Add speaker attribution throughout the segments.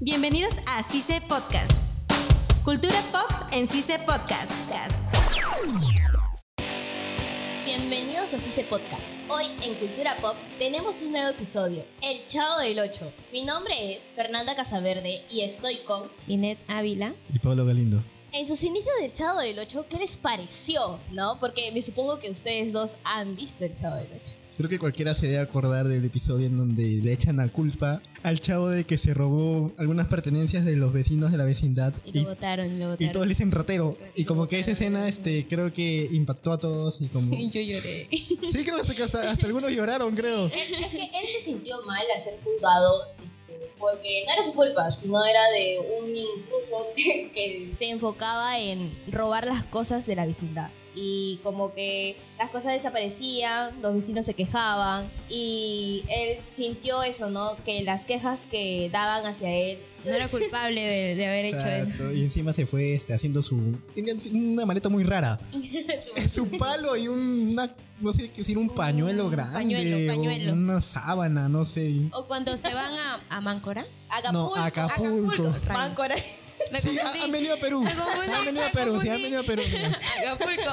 Speaker 1: Bienvenidos a CICE Podcast. Cultura pop en CICE Podcast.
Speaker 2: Bienvenidos a CICE Podcast. Hoy en Cultura Pop tenemos un nuevo episodio, El Chavo del 8. Mi nombre es Fernanda Casaverde y estoy con...
Speaker 3: Inet Ávila.
Speaker 4: Y Pablo Galindo.
Speaker 2: En sus inicios del Chavo del 8, ¿qué les pareció? ¿No? Porque me supongo que ustedes dos han visto El Chavo del 8.
Speaker 4: Creo que cualquiera se debe acordar del episodio en donde le echan la culpa al chavo de que se robó algunas pertenencias de los vecinos de la vecindad.
Speaker 3: Y lo votaron, lo
Speaker 4: y todos
Speaker 3: votaron.
Speaker 4: le dicen ratero. Y como que esa escena este, creo que impactó a todos y como...
Speaker 3: Yo lloré.
Speaker 4: Sí, creo que hasta, hasta algunos lloraron, creo.
Speaker 2: Es que él se sintió mal al ser juzgado este, porque no era su culpa, sino era de un intruso que, que se enfocaba en robar las cosas de la vecindad. Y como que las cosas desaparecían, los vecinos se quejaban y él sintió eso, ¿no? Que las quejas que daban hacia él...
Speaker 3: No era culpable de, de haber hecho eso.
Speaker 4: Exacto, Y encima se fue este, haciendo su... tenía una maleta muy rara. su palo y un- una... No sé qué decir, un
Speaker 3: Un
Speaker 4: pañuelo grande.
Speaker 3: pañuelo,
Speaker 4: o
Speaker 3: pañuelo.
Speaker 4: Una sábana, no sé.
Speaker 3: O cuando se van a, a Máncora.
Speaker 2: Acapulco.
Speaker 4: No, Acapulco.
Speaker 3: Acapulco. Rayos.
Speaker 2: Máncora.
Speaker 3: Me
Speaker 4: Sí,
Speaker 3: confundí.
Speaker 4: ha- han venido a Perú.
Speaker 3: Me confundí,
Speaker 4: Han venido a
Speaker 3: me
Speaker 4: Perú, sí, han
Speaker 3: confundí.
Speaker 4: venido a Perú.
Speaker 3: Acapulco.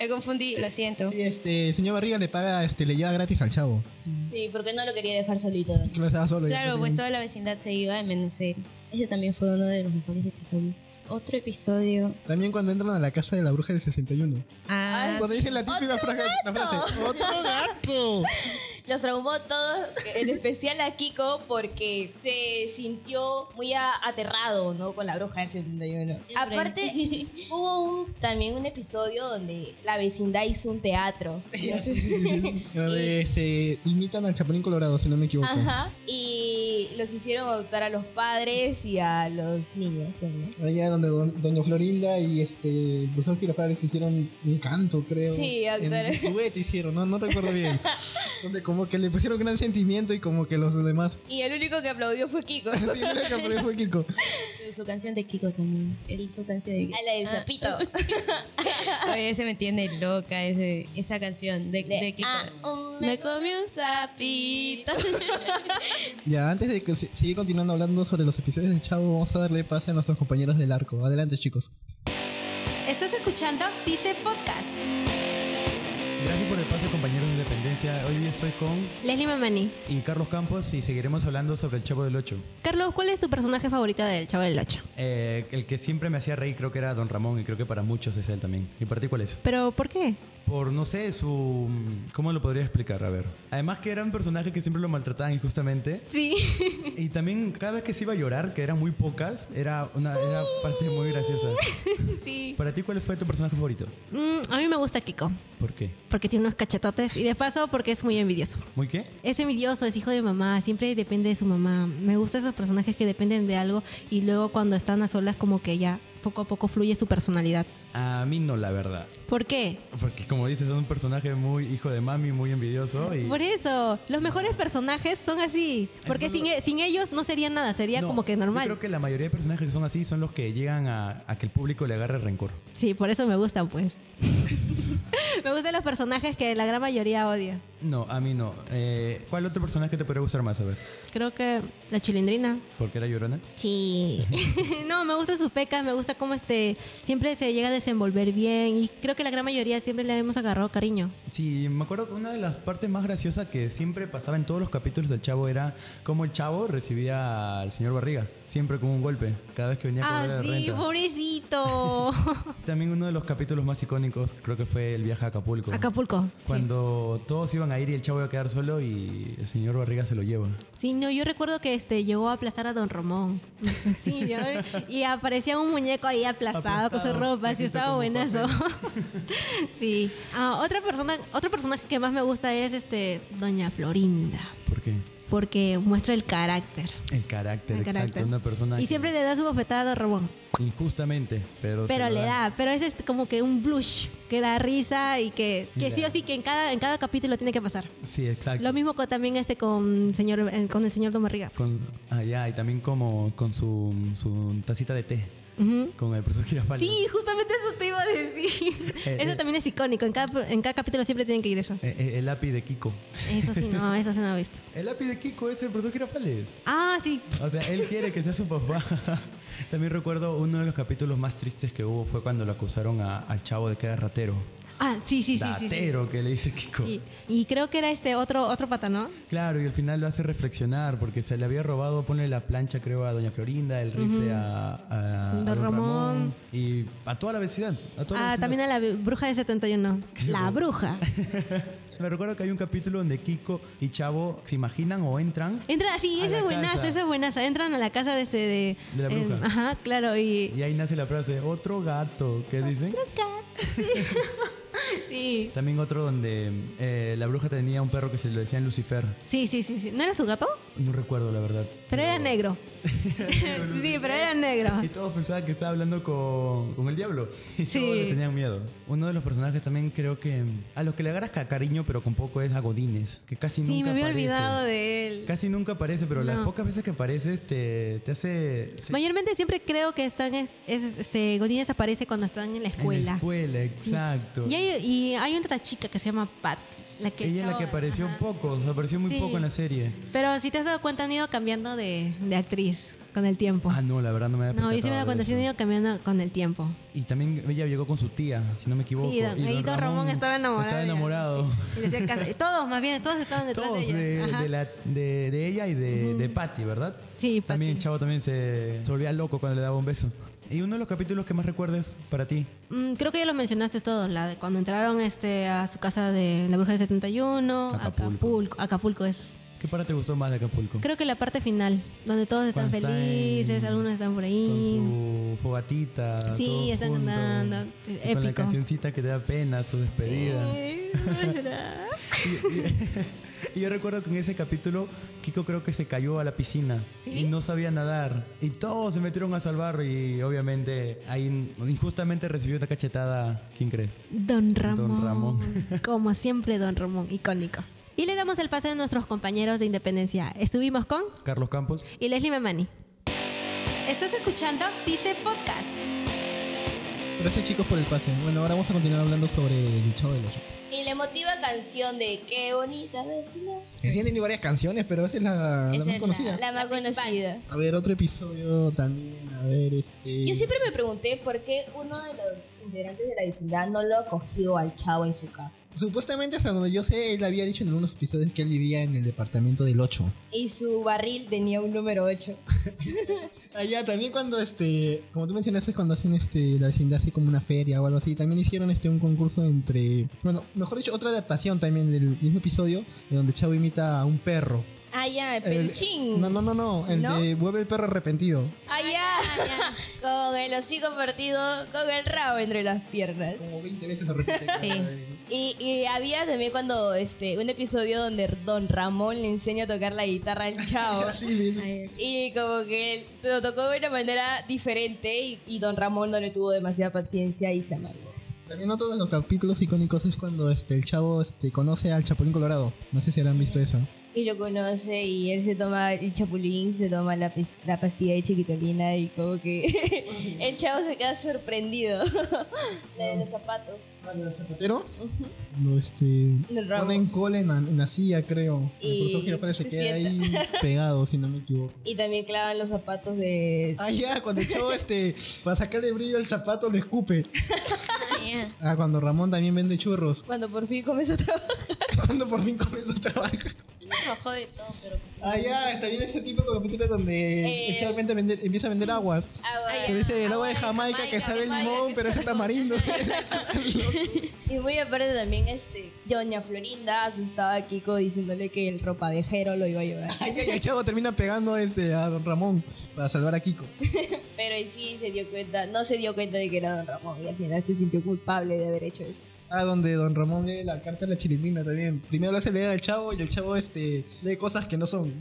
Speaker 3: Me confundí, lo siento.
Speaker 4: Y este el señor Barriga le paga, este, le lleva gratis al chavo.
Speaker 2: Sí, porque no lo quería dejar solito.
Speaker 4: Que lo estaba solo.
Speaker 3: Claro, pues toda la vecindad se iba, menos él. Ese también fue uno de los mejores episodios. Otro episodio.
Speaker 4: También cuando entran a la casa de la bruja del 61.
Speaker 3: Ah,
Speaker 4: Cuando dicen la típica frase, la frase, ¡Otro gato!
Speaker 2: Los traumó a todos, en especial a Kiko, porque se sintió muy a- aterrado, ¿no? Con la bruja del 71.
Speaker 3: Siempre.
Speaker 2: Aparte, hubo un- también un episodio donde la vecindad hizo un teatro.
Speaker 4: Donde, este, imitan al Chapulín Colorado, si no me equivoco.
Speaker 2: Ajá. Y los hicieron adoptar a los padres y a los niños también.
Speaker 4: Allá donde don- Doña Florinda y este el profesor Girafales hicieron un canto, creo.
Speaker 2: Sí,
Speaker 4: En
Speaker 2: actual.
Speaker 4: un dueto hicieron, no, no recuerdo bien. Donde como que le pusieron gran sentimiento y como que los demás.
Speaker 2: Y el único que aplaudió fue Kiko.
Speaker 4: Sí, mira que por ahí fue Kiko.
Speaker 3: su, su canción de Kiko también. Él su canción de
Speaker 2: A la del
Speaker 3: Ah.
Speaker 2: sapito.
Speaker 3: Oye, se me tiene loca ese- esa canción de,
Speaker 2: De,
Speaker 3: de Kiko.
Speaker 2: "Ah, un
Speaker 3: Me
Speaker 2: me-
Speaker 3: comí un sapito.
Speaker 4: Ya, antes de que se- seguir continuando hablando sobre los episodios del Chavo, vamos a darle pase a nuestros compañeros del arco. Adelante, chicos.
Speaker 1: Estás escuchando CICE Podcast.
Speaker 5: Gracias por el pase, compañeros de Independencia. Hoy día estoy con
Speaker 1: Leslie Mamani.
Speaker 5: y Carlos Campos y seguiremos hablando sobre el Chavo del Ocho.
Speaker 1: Carlos, ¿cuál es tu personaje favorito del Chavo del Ocho?
Speaker 5: Eh, el que siempre me hacía reír creo que era Don Ramón y creo que para muchos es él también. ¿Y para ti cuál es?
Speaker 1: ¿Pero por qué?
Speaker 5: Por, no sé, su... ¿Cómo lo podría explicar? A ver. Además que era un personaje que siempre lo maltrataban injustamente.
Speaker 1: Sí.
Speaker 5: Y también cada vez que se iba a llorar, que eran muy pocas, era una era parte muy graciosa.
Speaker 1: Sí.
Speaker 5: ¿Para ti cuál fue tu personaje favorito?
Speaker 1: Mm, a mí me gusta Kiko,
Speaker 5: ¿Por qué?
Speaker 1: porque tiene unos cachetotes y de paso porque es muy envidioso.
Speaker 5: ¿Muy qué?
Speaker 1: Es envidioso, es hijo de mamá, siempre depende de su mamá. Me gustan esos personajes que dependen de algo y luego cuando están a solas como que ya poco a poco fluye su personalidad.
Speaker 5: A mí no, la verdad.
Speaker 1: ¿Por qué?
Speaker 5: Porque como dices, es un personaje muy hijo de mami, muy envidioso y...
Speaker 1: Por eso, los mejores personajes son así, porque
Speaker 5: Eso es
Speaker 1: sin, e- sin ellos no sería nada, sería
Speaker 5: No,
Speaker 1: como que
Speaker 5: Yo
Speaker 1: normal.
Speaker 5: creo que la mayoría de personajes que son así son los que llegan a, a que el público le agarre rencor.
Speaker 1: Sí, por eso me gustan pues. me gustan los personajes que la gran mayoría odia.
Speaker 5: No, a mí no. Eh, ¿Cuál otro personaje te podría gustar más? A ver.
Speaker 1: Creo que la chilindrina.
Speaker 5: ¿Porque era llorona?
Speaker 1: Sí. no, me gustan sus pecas, me gusta cómo este siempre se llega a desenvolver bien y creo que la gran mayoría siempre le hemos agarrado cariño.
Speaker 5: Sí, me acuerdo que una de las partes más graciosas que siempre pasaba en todos los capítulos del Chavo era cómo el Chavo recibía al señor Barriga. Siempre como un golpe, cada vez que venía a cobrar
Speaker 1: Ah,
Speaker 5: la
Speaker 1: sí,
Speaker 5: renta.
Speaker 1: pobrecito.
Speaker 5: También uno de los capítulos más icónicos creo que fue el viaje a Acapulco.
Speaker 1: Acapulco.
Speaker 5: Cuando todos iban a ir y el Chavo iba a quedar solo y el señor Barriga se lo lleva.
Speaker 1: Sí, no, yo recuerdo que este llegó a aplastar a Don Ramón. Sí, yo- y aparecía un muñeco ahí aplastado, con su
Speaker 5: Aplastado,
Speaker 1: ropa, sí
Speaker 5: viejito
Speaker 1: estaba
Speaker 5: como
Speaker 1: buenazo. sí. Ah, otra persona, otro personaje que más me gusta es este Doña Florinda,
Speaker 5: ¿Por qué?
Speaker 1: porque muestra el carácter.
Speaker 5: El carácter,
Speaker 1: el
Speaker 5: exacto.
Speaker 1: carácter.
Speaker 5: Una persona
Speaker 1: y
Speaker 5: que- Pues
Speaker 1: siempre le da su bofetada a Don Ramón,
Speaker 5: Injustamente, pero.
Speaker 1: pero
Speaker 5: se lo
Speaker 1: le da, pero ese es como que un blush que da risa y que, que sí
Speaker 5: Ya.
Speaker 1: o sí que en cada en cada capítulo tiene que pasar.
Speaker 5: Sí, exacto.
Speaker 1: Lo mismo co- también este con señor eh, con el señor Don Barriga.
Speaker 5: Con, ah, ya, y también como con su, su tacita de té,
Speaker 1: Ujú.
Speaker 5: con el profesor Girafales.
Speaker 1: Sí, justamente eso te iba a a decir.
Speaker 5: Eh,
Speaker 1: Eso
Speaker 5: eh.
Speaker 1: también es icónico. En cada, en cada capítulo siempre tienen que ir eso.
Speaker 5: Eh, eh, el lápiz de Kiko.
Speaker 1: Eso sí, no, eso sí no he visto.
Speaker 5: El lápiz de Kiko es el profesor Girafales.
Speaker 1: Ah, sí.
Speaker 5: O sea, él quiere que sea su papá. También recuerdo uno de los capítulos más tristes que hubo fue cuando lo acusaron a- al chavo de que era ratero.
Speaker 1: Ah, sí, sí, sí. sí, sí.
Speaker 5: Datero, que le dice Kiko.
Speaker 1: Sí. Y creo que era este otro, otro pata, ¿no?
Speaker 5: Claro, y al final lo hace reflexionar porque se le había robado, ponle la plancha, creo, a Doña Florinda, el rifle a, a- a
Speaker 1: Don Ramón.
Speaker 5: y a toda la vecindad. A toda la
Speaker 1: Ah,
Speaker 5: vecindad.
Speaker 1: también a la bruja de 71. La bruja.
Speaker 5: Me recuerdo que hay un capítulo donde Kiko y Chavo se imaginan o entran
Speaker 1: Entra, sí,
Speaker 5: A
Speaker 1: esa
Speaker 5: la
Speaker 1: es buenaza,
Speaker 5: casa.
Speaker 1: esa es buenaza. Entran a la casa de este de.
Speaker 5: De la bruja.
Speaker 1: ajá, claro. Y.
Speaker 5: y ahí nace la frase, otro gato, ¿qué dicen?
Speaker 1: Sí.
Speaker 5: También otro donde eh, la bruja tenía un perro que se lo decían Lucifer.
Speaker 1: Sí, sí, sí, sí. ¿No era su gato?
Speaker 5: No recuerdo, la verdad.
Speaker 1: Pero era negro. sí, pero era negro.
Speaker 5: Y todos pensaban que estaba hablando con, con el diablo. Y
Speaker 1: Sí.
Speaker 5: todos le tenían miedo. Uno de los personajes también creo que... A los que le agarras ca- cariño, pero con poco, es a Godines. Que casi nunca
Speaker 1: Sí, me había
Speaker 5: aparece.
Speaker 1: olvidado de él.
Speaker 5: Casi nunca aparece, pero las
Speaker 1: No.
Speaker 5: pocas veces que apareces te, te hace... se-
Speaker 1: Mayormente siempre creo que están. Es, es- este, Godínez aparece cuando están en la escuela.
Speaker 5: En la escuela, exacto.
Speaker 1: Y hay, y hay otra chica que se llama Pat. La que
Speaker 5: Ella es la
Speaker 1: chava-
Speaker 5: que apareció
Speaker 1: ajá.
Speaker 5: poco, o sea, apareció muy
Speaker 1: Sí.
Speaker 5: poco en la serie.
Speaker 1: Pero si te has dado cuenta, han ido cambiando de, de actriz con el tiempo.
Speaker 5: Ah, no, la verdad no me había
Speaker 1: no, yo sí me he
Speaker 5: percatado
Speaker 1: dado
Speaker 5: de
Speaker 1: cuenta, sí
Speaker 5: eso.
Speaker 1: han ido cambiando con el tiempo.
Speaker 5: Y también ella llegó con su tía, si no me equivoco.
Speaker 1: Sí, don-
Speaker 5: y
Speaker 1: ahí don Ramón estaba enamorado
Speaker 5: Estaba
Speaker 1: de ella.
Speaker 5: enamorado.
Speaker 1: Y le hacía caso. Todos, más bien, todos estaban detrás
Speaker 5: Todos
Speaker 1: de ella.
Speaker 5: de,
Speaker 1: Ajá.
Speaker 5: de la- de- de ella y de, de Patty, ¿verdad?
Speaker 1: Sí,
Speaker 5: También
Speaker 1: Patty.
Speaker 5: Chavo también se, se volvía loco cuando le daba un beso. Y uno de los capítulos que más recuerdes para ti.
Speaker 1: Mm, creo que ya lo mencionaste todos, la de cuando entraron este, a su casa de la bruja de 71,
Speaker 5: Acapulco.
Speaker 1: Acapulco. Acapulco, es.
Speaker 5: ¿Qué parte te gustó más de Acapulco?
Speaker 1: Creo que la parte final, donde todos están
Speaker 5: Cuando está
Speaker 1: felices,
Speaker 5: en-
Speaker 1: algunos están por ahí.
Speaker 5: Con su fogatita.
Speaker 1: Sí,
Speaker 5: todo
Speaker 1: están
Speaker 5: junto.
Speaker 1: andando,
Speaker 5: Y Con la
Speaker 1: épico.
Speaker 5: cancioncita que te da pena, su despedida.
Speaker 1: Ay, ¿verdad?
Speaker 5: Y yo recuerdo que en ese capítulo Kiko creo que se cayó a la piscina
Speaker 1: ¿Sí?
Speaker 5: y no sabía nadar. Y todos se metieron a salvar y obviamente ahí injustamente recibió una cachetada. ¿Quién crees?
Speaker 1: Don Ramón.
Speaker 5: Ramón.
Speaker 1: Como siempre, Don Ramón, icónico. Y le damos el paso a nuestros compañeros de Independencia. Estuvimos con
Speaker 5: Carlos Campos.
Speaker 1: y Leslie Mamani. Estás escuchando CICE Podcast.
Speaker 4: Gracias chicos por el pase. Bueno, ahora vamos a continuar hablando sobre el Chavo del Ocho.
Speaker 2: Y la emotiva canción de Qué bonita vecina.
Speaker 4: Sí, han tenido varias canciones, pero esa es la, la
Speaker 3: Esa
Speaker 4: más
Speaker 3: es
Speaker 4: conocida.
Speaker 2: La más
Speaker 3: La principal.
Speaker 2: conocida.
Speaker 4: A ver, otro episodio también. A ver, este.
Speaker 2: Yo siempre me pregunté por qué uno de los integrantes de la vecindad no lo acogió al chavo en su casa.
Speaker 4: Supuestamente, hasta donde yo sé, él había dicho en algunos episodios que él vivía en el departamento del 8.
Speaker 2: Y su barril tenía un número 8.
Speaker 4: Allá también cuando este, como tú mencionaste, cuando hacen este la vecindad así como una feria o algo así, también hicieron este un concurso entre, bueno, mejor dicho, otra adaptación también del mismo episodio, en donde Chavo imita a un perro.
Speaker 2: Ah, ya, el
Speaker 4: El-
Speaker 2: peluchín.
Speaker 4: No, no, no, no, el
Speaker 2: ¿No?
Speaker 4: de vuelve el perro arrepentido.
Speaker 2: Ah, ya. con el hocico partido, con el rabo entre las piernas.
Speaker 4: Como 20 veces lo repite.
Speaker 3: Sí.
Speaker 2: Y, y había también cuando este un episodio donde Don Ramón le enseña a tocar la guitarra al chavo.
Speaker 4: Así, de-
Speaker 3: Ay, es-
Speaker 2: Y como que lo tocó de una manera diferente y, y Don Ramón no le tuvo demasiada paciencia y se amargó.
Speaker 4: También otro de los capítulos icónicos es cuando este el Chavo este conoce al Chapulín Colorado. No sé si habrán visto eso.
Speaker 2: Y lo conoce y él se toma el chapulín, se toma la, pis- la pastilla de chiquitolina y como que el chavo se queda sorprendido. la de los zapatos.
Speaker 4: Bueno, el zapatero. No, este
Speaker 2: Del ramo.
Speaker 4: Ponen cola en, la- en la silla, creo.
Speaker 2: Y
Speaker 4: El profesor Girafales se
Speaker 2: se
Speaker 4: queda ahí pegado, si no me equivoco.
Speaker 2: Y también clavan los zapatos de...
Speaker 4: Ah, ya, cuando el chavo, este, para sacarle brillo el zapato, le escupe.
Speaker 3: ay, ya.
Speaker 4: Ah, cuando Ramón también vende churros.
Speaker 2: Cuando por fin comenzó a trabajar.
Speaker 4: Cuando por fin comienza a trabajar.
Speaker 3: Me bajó de todo, pero pues.
Speaker 4: Ah, ya, está bien ese tipo de capítulo donde
Speaker 2: Eh,
Speaker 4: el chavo vende- vende- empieza a vender aguas.
Speaker 3: Ah, Ay,
Speaker 4: Que dice el agua
Speaker 3: agua
Speaker 4: de
Speaker 3: de
Speaker 4: Jamaica, que
Speaker 3: Jamaica,
Speaker 4: sabe
Speaker 3: que
Speaker 4: el
Speaker 3: sabe-
Speaker 4: limón,
Speaker 3: que
Speaker 4: pero ese
Speaker 3: sabe-
Speaker 4: tamarindo.
Speaker 2: Y muy aparte también este, Doña Florinda asustaba a Kiko diciéndole que el ropadejero lo iba a llevar.
Speaker 4: Ay, ay, el chavo termina pegando este, a don Ramón para salvar a Kiko.
Speaker 2: Pero él sí se dio cuenta, no se dio cuenta de que era Don Ramón y al final se sintió culpable de haber hecho eso.
Speaker 4: Ah, donde don Ramón lee la carta a la chilindrina también. Primero le hace leer al chavo y el chavo este, lee cosas que no son.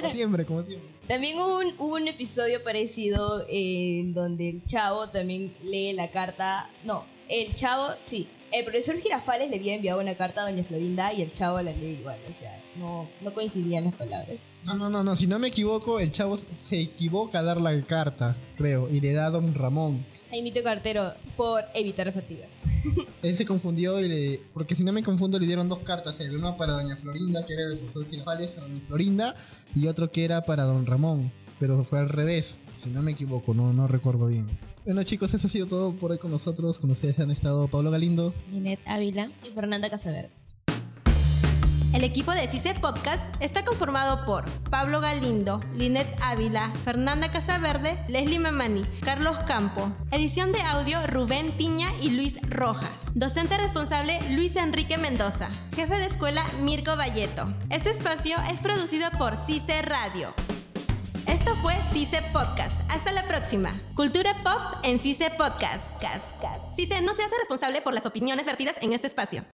Speaker 4: como siempre, como siempre.
Speaker 2: También hubo un, hubo un episodio parecido eh, en donde el chavo también lee la carta. No, el chavo, sí. El profesor Girafales le había enviado una carta a Doña Florinda y el chavo la lee igual. O sea, no, no coincidían las palabras.
Speaker 4: No, no, no, no, si no me equivoco, el chavo se equivoca a dar la carta, creo, y le da a Don Ramón.
Speaker 2: Jaimito Cartero, por evitar la fatiga.
Speaker 4: Él se confundió y le. Porque si no me confundo, le dieron dos cartas: el uno para Doña Florinda, que era el profesor Girafales, a Doña Florinda, y otro que era para Don Ramón. Pero fue al revés, si no me equivoco, no, no recuerdo bien. Bueno, chicos, eso ha sido todo por hoy con nosotros. Con ustedes han estado Pablo Galindo.
Speaker 3: Linet Ávila.
Speaker 2: Y Fernanda Casaverde.
Speaker 1: El equipo de CICE Podcast está conformado por Pablo Galindo, Linet Ávila, Fernanda Casaverde, Leslie Mamani, Carlos Campo. Edición de audio Rubén Tiña y Luis Rojas. Docente responsable Luis Enrique Mendoza. Jefe de escuela Mirko Valleto. Este espacio es producido por CICE Radio. Esto fue CICE Podcast. Hasta la próxima. Cultura pop en CICE Podcast. CICE no se hace responsable por las opiniones vertidas en este espacio.